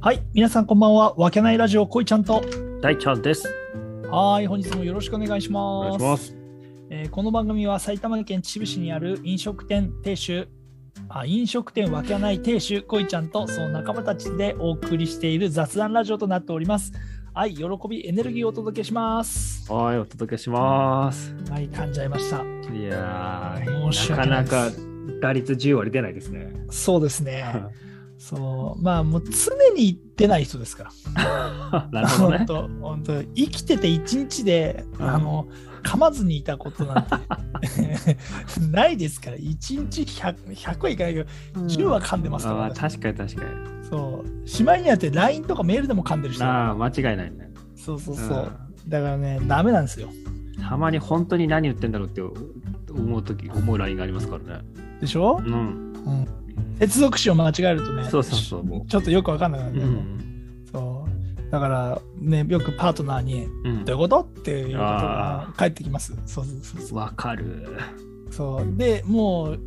はい、皆さんこんばんは。わけないラジオこいちゃんと。大ちゃんです。はーい、本日もよろしくお願いしおます。す。えーこの番組は埼玉県秩父市にある飲食店亭主あ飲食店わけない亭主こいちゃんとその仲間たちでお送りしている雑談ラジオとなっております。愛、喜び、エネルギーをお届けします。はい、お届けします。はい、噛んじゃいました。いや申しー、訳なかないなですか打率10割出ないですね。そうです ね。そう、まあもう常に出ない人ですから。なるほどね。本当本当生きてて一日で、うんあの噛まずにいたことなんて ないですから一日 100, 100はいかないけど10は噛んでますから、あー私確かに確かに。そうしまいにあって LINE とかメールでも噛んでる人ああ、間違いないね。そうそうそう、うだからねダメなんですよんたまに本当に何言ってんだろうって思うとき、思うラインがありますからね。でしょう、ん。うん、接続詞を間違えるとねそうそうそうもうちょっとよくわかんなくなうる、ねん。そうだからねよくパートナーにう「んどういうこと?」っていうことあが返ってきますそうそうそうそうわかる。そうでもう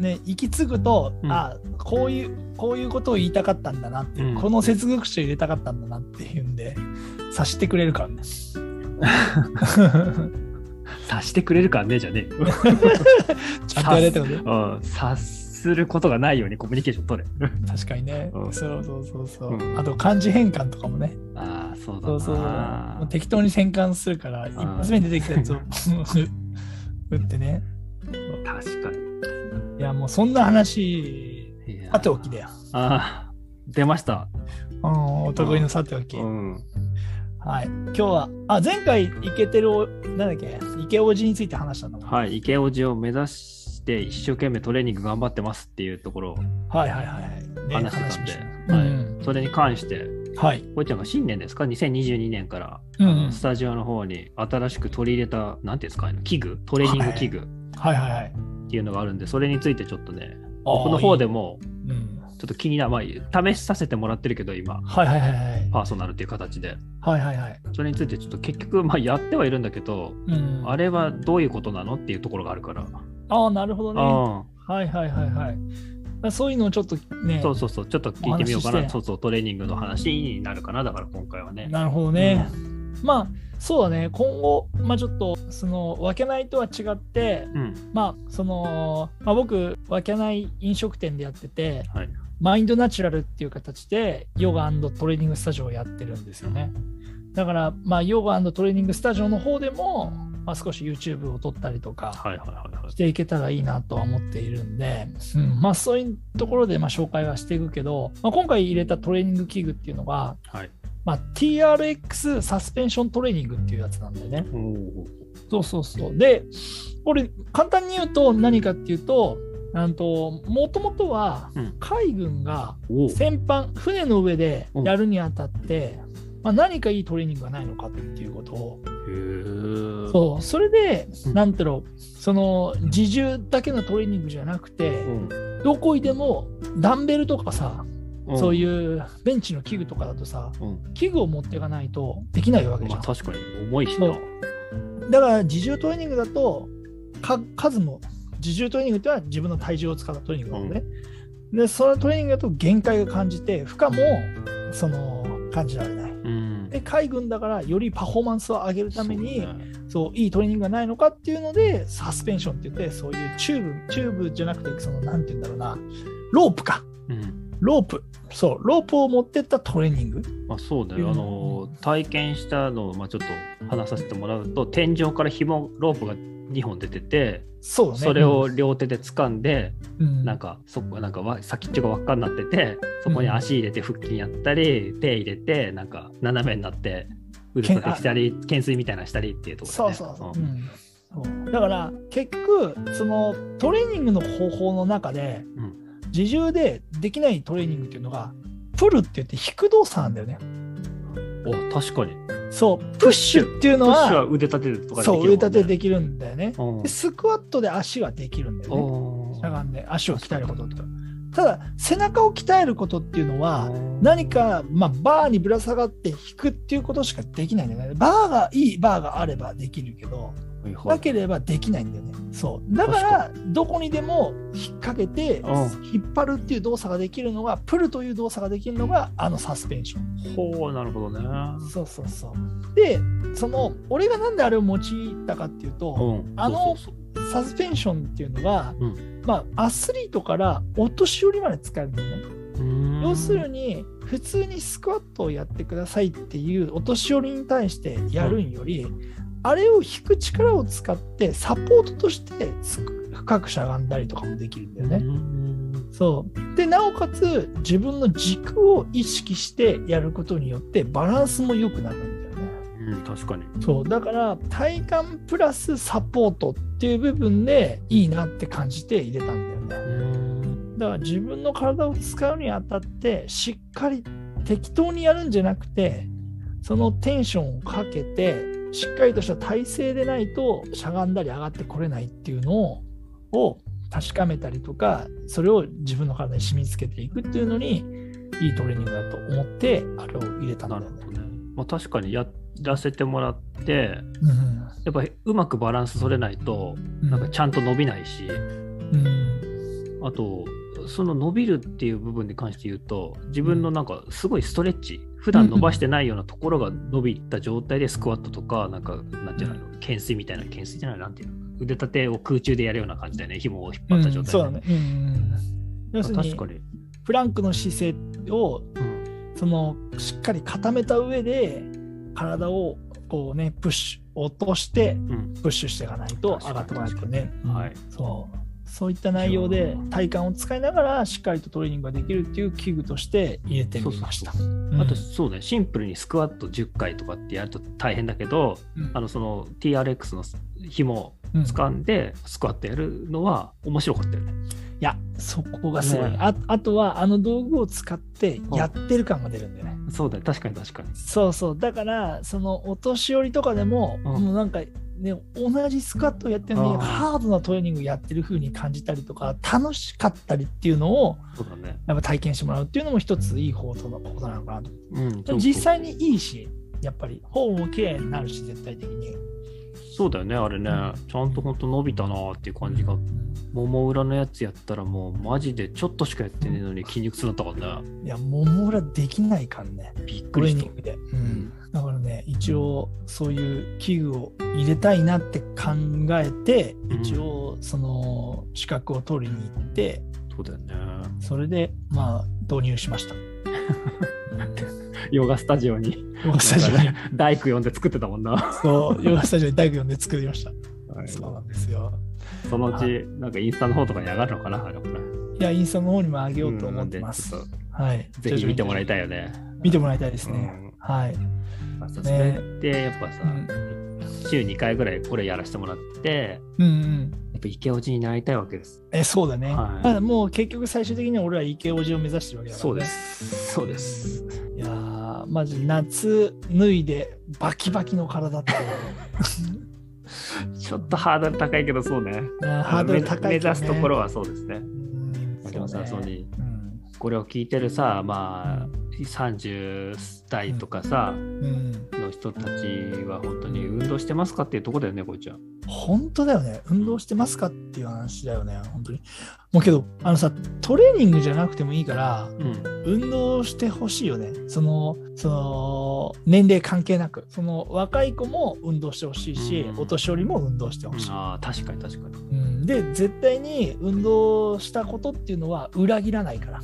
ね、行き継ぐと、うんあこういうこういうことを言いたかったんだなっていう、うんこの接続詞を入れたかったんだなっていうんで察してくれるから ね察してくれるからねじゃねえよ。ちゃんとやれってことうん察することがないようにコミュニケーション取れ。確かにね、うんそうそうそうそう、うんあと漢字変換とかもねああ、そうだそうそうな。もう適当に変換するから一発目に出てきたやつ を打ってね確かに。いやもうそんな話いやーさておきだよ、ああ、出ました。うん、お得意のさておき、ん。はい今日はあ前回イケてるおなんだっけイケおじについて話したんだもんはい、池おじを目指して一生懸命トレーニング頑張ってますっていうところをはいはいはい。ね話してしたんで、はいうんそれに関して、はい。こいちゃんが新年ですか ?2022 年から、うんあのスタジオの方に新しく取り入れた、なんていうんですか、あの器具、トレーニング器具っはいはいはい。ていうのがあるんで、それについてちょっとね、こ僕の方でも。もうんちょっと気になる、まあ、試させてもらってるけど、今、はいはいはいはい。パーソナルっていう形で、はいはいはい。それについてちょっと結局、まあ、やってはいるんだけど、うんあれはどういうことなのっていうところがあるから。ああ、なるほどね。はあいはいはいはい。まあそういうのをちょっとね。そうそうそう、ちょっと聞いてみようかお話ししな。てそうそう、トレーニングの話になるかな、だから今回はね。なるほどね。まあ、そうだね。今後、まあちょっと、その、分けないとは違って、うん、まあ、その、まあ僕、分けない飲食店でやってて、はい。マインドナチュラルっていう形でヨガトレーニングスタジオをやってるんですよね。だから、まあ、ヨガトレーニングスタジオの方でも、まあ、少し YouTube を撮ったりとかはいはいはいはしていけたらいいなとは思っているんで、うんまあ、そういうところでまあ紹介はしていくけど、まあ、今回入れたトレーニング器具っていうのが、い。はい。まあ、TRX サスペンショントレーニングっていうやつなんだよね。おーそうそうそう。で、これ簡単に言うと何かっていうと、もともとはうん海軍が、おー船舶船の上でやるにあたって、まあ、何かいいトレーニングがないのかっていうことをへえ。そうそれでうん何だろうその自重だけのトレーニングじゃなくてうん。どこいでもダンベルとかさんそういうベンチの器具とかだとさうん。器具を持っていかないとできないわけじまゃあん確かに重いしそな。うだから自重トレーニングだとか数も自重トレーニングっていうのは自分の体重を使ったトレーニングなのね、でそのトレーニングだと限界が感じて負荷もその感じられないうん。で海軍だからよりパフォーマンスを上げるためにそそうう,、ねいいトレーニングがないのかっていうのでサスペンションって言ってそういうチューブチューブじゃなくてそのなんて言うんだろうなロープかうん。ロープそうロープを持ってったトレーニングまあそうだうよ。んあのー、体験したのを、まあちょっと話させてもらうと、天井から紐、ロープが2本出てて、そうねそれを、両手で掴んで、うんなんかそこなんかわ先っちょが輪っかになっててそこに足入れて腹筋やったり、手入れてなんか斜めになって腕立てしたり懸垂みたいなのしたりっていうとこそろ、うね、そうそう、うんそうだから結局そのトレーニングの方法の中で、うん自重でできないトレーニングっていうのがプルって言って引く動作なんだよねうんお確かにそうプッシュっていうプのッシュはは腕立てるとかできそるも、うん腕ね、立てできるんだよねうんでスクワットで足はできるんだよねおしーゃがんで足を鍛えることとただ背中を鍛えることっていうのは何か、まあ、バーにぶら下がって引くっていうことしかできないんだよねバーがいいバーがあればできるけどはいはいなければできないんだよね。そうだからどこにでも引っ掛けてん引っ張るっていう動作ができるのがプルという動作ができるのがあのサスペンション。ほうなるほどね。そうそうそうでその俺がなんであれを用いたかっていうとうん。あのそうそうサスペンションっていうのが、うまあ、アスリートからお年寄りまで使えるんだよね。そううーん要するに普通にスクワットをやってくださいっていうお年寄りに対してやるんより、あれを引く力を使ってサポートとしてつ深くしゃがんだりとかもできるんだよね。うーんそうでなおかつ自分の軸を意識してやることによってバランスも良くなるんだよね。うん、確かに。そうだから体幹プラスサポートっていう部分でいいなって感じて入れたんだよね。うーんだから自分の体を使うにあたってしっかり適当にやるんじゃなくてそのテンションをかけてしっかりとした体勢でないとしゃがんだり上がってこれないっていうのをを確かめたりとかそれを自分の体に染み付けていくっていうのにいいトレーニングだと思ってあれを入れたんだなよるねほ。どね。まあ、確かにやらせてもらって、うんやっぱりうまくバランス取れないと、うんなんかちゃんと伸びないし、うんあと、その伸びるっていう部分に関して言うと、自分のなんかすごいストレッチ、普段伸ばしてないようなところが伸びた状態でスクワットとか、なんか、なんていうの、懸垂みたいな、懸垂じゃない、なんていうの、腕立てを空中でやるような感じだよね、紐を引っ張ったう状ん態そでうだね。うんうん要するまあに確かに。プランクの姿勢をうんそのしっかり固めた上で体をこうねプッシュ落としてうんプッシュしていかないと上がってこないとね、にはいそうそういった内容で体幹を使いながらしっかりとトレーニングができるっていう器具として入れてみました。うんあとそうねシンプルにスクワット10回とかってやると大変だけどうんあのその TRX の紐をうん掴んでスクワットやるのは面白かったよね。いやそこがすごい、ねああとはあの道具を使ってやってる感が出るんだよね。そうだよ確かに確かに。そうそうだからそのお年寄りとかでも、うんもうなんかね同じスクワットをやってるのにあーハードなトレーニングやってる風に感じたりとか楽しかったりっていうのをそうだね。やっぱ体験してもらうっていうのも一ついい方法のことなのかなとうん、そう実際にいいしやっぱり方も綺麗になるし絶対的にそうだよねあれねちゃんとほんと伸びたなーっていう感じがもも裏のやつやったらもうマジでちょっとしかやってねえのに筋肉痛だったからね。いやもも裏できないからねびっトくレーりニしングで、うんだからね一応そういう器具を入れたいなって考えてうん一応その資格を取りに行って、た。そうだよね。それでまあ導入しました。ヨガスタジオに ヨガスタジオなんにか、ね大工呼んで作ってたもんな。そう、ヨガスタジオに大工呼んで作りました。そうなんですよ。そのうちなんかインスタの方とかに上がるのかなあれもね。いや、インスタの方にも上げようと思ってます。うんなんでちょはいっ。とぜひ見てもらいたい。いよね。見てもらいたいですうね。んはい。まあそうねそれってやっぱさ、週2回ぐらいこれやらせてもらってうんうん。やっぱイケオジになりたいわけですえ、そうだね。はいただもう結局最終的には俺はイケオジを目指してるわけだから、ね。すそうですいやーマジ夏脱いでバキバキの体 って。ちょっとハードル高いけどそうねあーハードル高いけどね目目指すところはそうですねうんでもさそそうねにうんこれを聞いてるさまあ30代とかさ、うん。の人たちは本当に運動してますかっていうとこだよねこいちゃん本当だよね運動してますかっていう話だよね本当にもうけどあのさトレーニングじゃなくてもいいからうん運動してほしいよねそのその年齢関係なくその若い子も運動してほしいし、うんお年寄りも運動してほしい、ああ確かに確かにうんで絶対に運動したことっていうのは裏切らないから、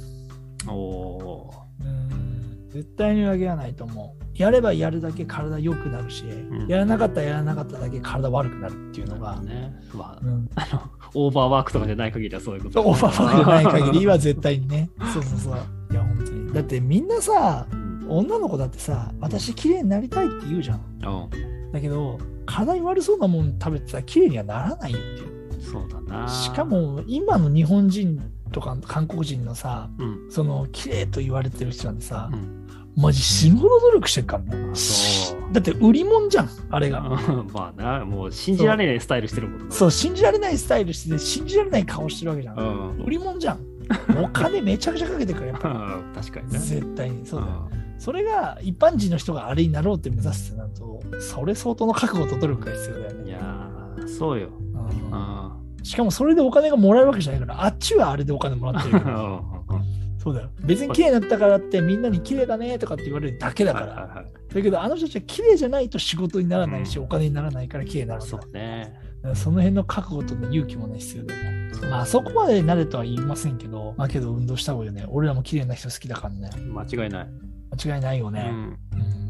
おおうん、絶対に裏切らないと思うやればやるだけ体良くなるし、んやらなかったらやらなかっただけ体悪くなるっていうーのが、ねまあうん、あのオーバーワークとかじゃない限りはそういうことオーバーワークじゃない限りは絶対にね。 そうそうそう。いや、本当に。だってみんなさ、うん女の子だってさ、私綺麗になりたいって言うじゃん。うだけど、体に悪そうなもん食べてたら綺麗にはならないよっていう。ん、そうだな。しか、も、今の日本人とか韓国人のさ、うん、その綺麗と言われてる人なんてさう、ん、 マジ死ぬほど努力してるからね。そうだって売り物じゃん、あれが。まあな、もう信じられないスタイルしてるもんな。そう、信じられないスタイルしてて、信じられない顔してるわけじゃ。うんん。 売り物じゃん。お金めちゃくちゃかけてくれ。確かにね。絶対に。そうだよ。それが一般人の人があれになろうって目指すってなると、それ相当の覚悟と努力が必要だようんね。いやーそうよ。うんあしかもそれでお金がもらえるわけじゃないからあっちはあれでお金もらってるけどあ。そうだよ別に綺麗になったからってみんなに綺麗だねとかって言われるだけだだから、ら、だけどあの人たちは綺麗じゃないと仕事にならないし、うんお金にならないから綺麗にならないそうね。その辺の覚悟とね勇気もね必要だよねまあそこまで慣れとは言いませんけどまあけど運動した方がいいよね俺らも綺麗な人好きだからね間違いない。間違いないようね、ん。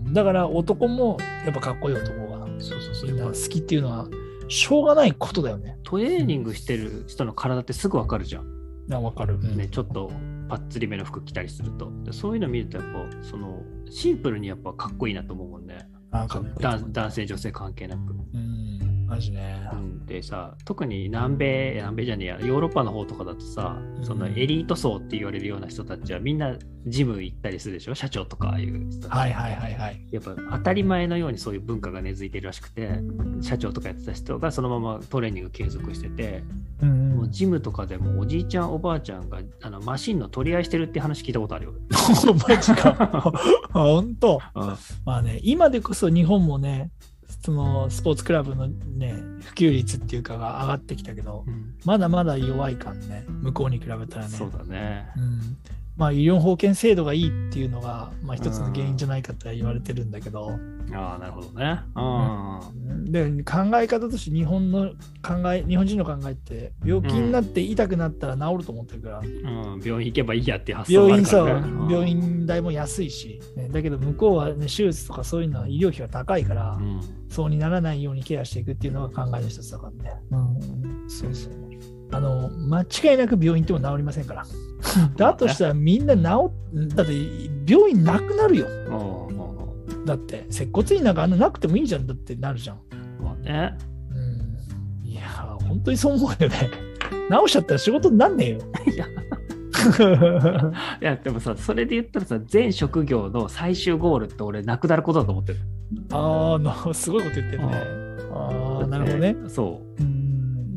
うんだから男もやっぱかっこいい男がそうそうそみんな好う。きっていうのはしょうがないことだよねトレーニングしてる人の体ってすぐわかるじゃん。なわかる、うんね、ちょっとパッツリめの服着たりすると。でそういうの見ると、やっぱ、その、シンプルにやっぱかっこいいなと思うもんね。あかっこいいだ男性、女性関係なく。うんマジねうんでさ特に南米南米じゃねえやヨーロッパの方とかだとさうんそのエリート層って言われるような人たちはみんなジム行ったりするでしょ社長とかああいう人たちはいはいはいはいやっぱ当たり前のようにそういう文化が根付いてるらしくて社長とかやってた人がそのままトレーニング継続してて、うんもう ジムとかでもおじいちゃんおばあちゃんがあのマシンの取り合いしてるって話聞いたことあるよ。マジか本当 うんまあね、今でこそ日本もね、そのスポーツクラブのね、普及率っていうかが上がってきたけど、まだまだ弱い感ね、向こうに比べたらね。そうだね。うんまあ、医療保険制度がいいっていうのが、まあ、一つの原因じゃないかって言われてるんだけど、ああなるほどね。うんで考え方として日本の考え日本人の考えって病気になって痛くなったら治ると思ってるから、うん、病院行けばいいやっていう発想病院があるかさ、ら、ね。うん病院代も安いし、ねだけど向こうは、ね、手術とかそういうのは医療費が高いから、うんそうにならないようにケアしていくっていうのが考えの一つだからね。うん、そうそう。あの、間違いなく病院行っても治りませんから。 だとしたらみんな治っ、だって病院なくなるよ。うんうんうんだって、接骨院なんかあんななくてもいいじゃんだってなるじゃん。まあね。うん。いやー、本当にそう思うよね。治しちゃったら仕事になんねえよ。いやいやでもさそれで言ったらさ全職業の最終ゴールって俺なくなることだと思ってる。 あーの、すごいこと言ってるね。ああ、なるほどね。。そう。うん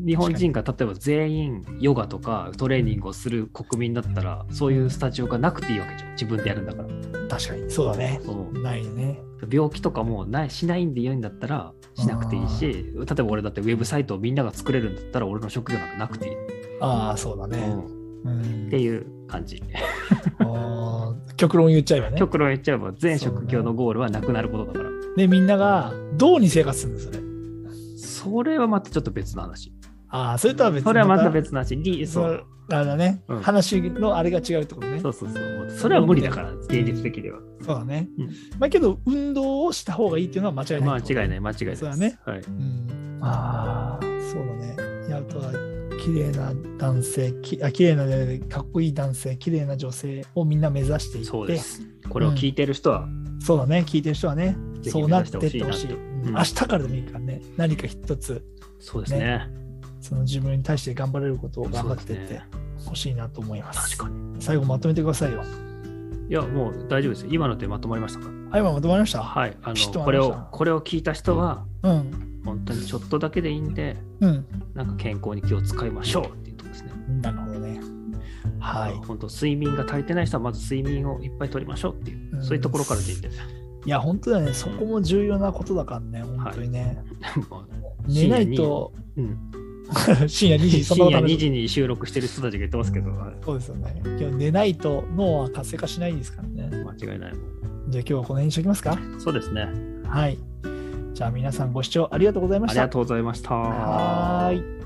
日本人が例えば全員ヨガとかトレーニングをする国民だったらそういうスタジオがなくていいわけじゃん自分でやるんだから確かに、そうだね。そうないね。病気とかもないしないんでよいんだったらしなくていいし例えば俺だってウェブサイトをみんなが作れるんだったら俺の職業なんかなくていい、ああ、そうだね。うんうんっていう感じあー極論言っちゃえばね。極論言っちゃえば全職業のゴールはなくなることだからで、みんながどうに生活するんですよね。それはまたちょっと別の話ああ、それとは別にそれはまた別の話にそそうう。あれだね、うん話のあれが違うってことね。そうそうそうそれは無理だから現実的ではそうだね。うんまあけど、運動をした方がいいっていうのは間違いまなあい。間違いない間違いないですそうだねはいうん、ああ、そうだね。いやあとは、綺麗な男性、きあ綺麗な、ね、かっこいい男性、綺麗な女性をみんな目指していって、そうです。これを聞いてる人は、そうだね、聞いてる人はね、ぜひそ目うなっ指してってほしていなほとしい。うんうん明日からでもいいからね、何か一つ、そうですね。その自分に対して頑張れることを頑張っていっそてうですねほしいなと思います。確かに。最後まとめてくださいよ。いや、もう大丈夫ですよ。今のでまとまりましたかはい、まとまりました。はい。あピシッとまの、ことまりれをました、これを聞いた人は、うん。本当にちょっとだけでいいんで、うん。なんか健康に気を使いましょうっていうとこですね。なるほどね。はあの本当、睡眠が足りてない人は、まず睡眠をいっぱい取りましょうっていう、うんそういうところからでいいんで、い。いや、本当だね。そこも重要なことだからね、本当にね。もう 寝ないと、深夜にう ん、深夜2時、そん深なこ夜と2ない時に収録してる人たちが言ってますけど、はいそうですよね。今日寝ないと脳は活性化しないですからね。間違いない。じゃあ今日はこの辺にしときますか。そうですね。はい。じゃあ皆さんご視聴ありがとうございまあしりた。がとうございました。はーい。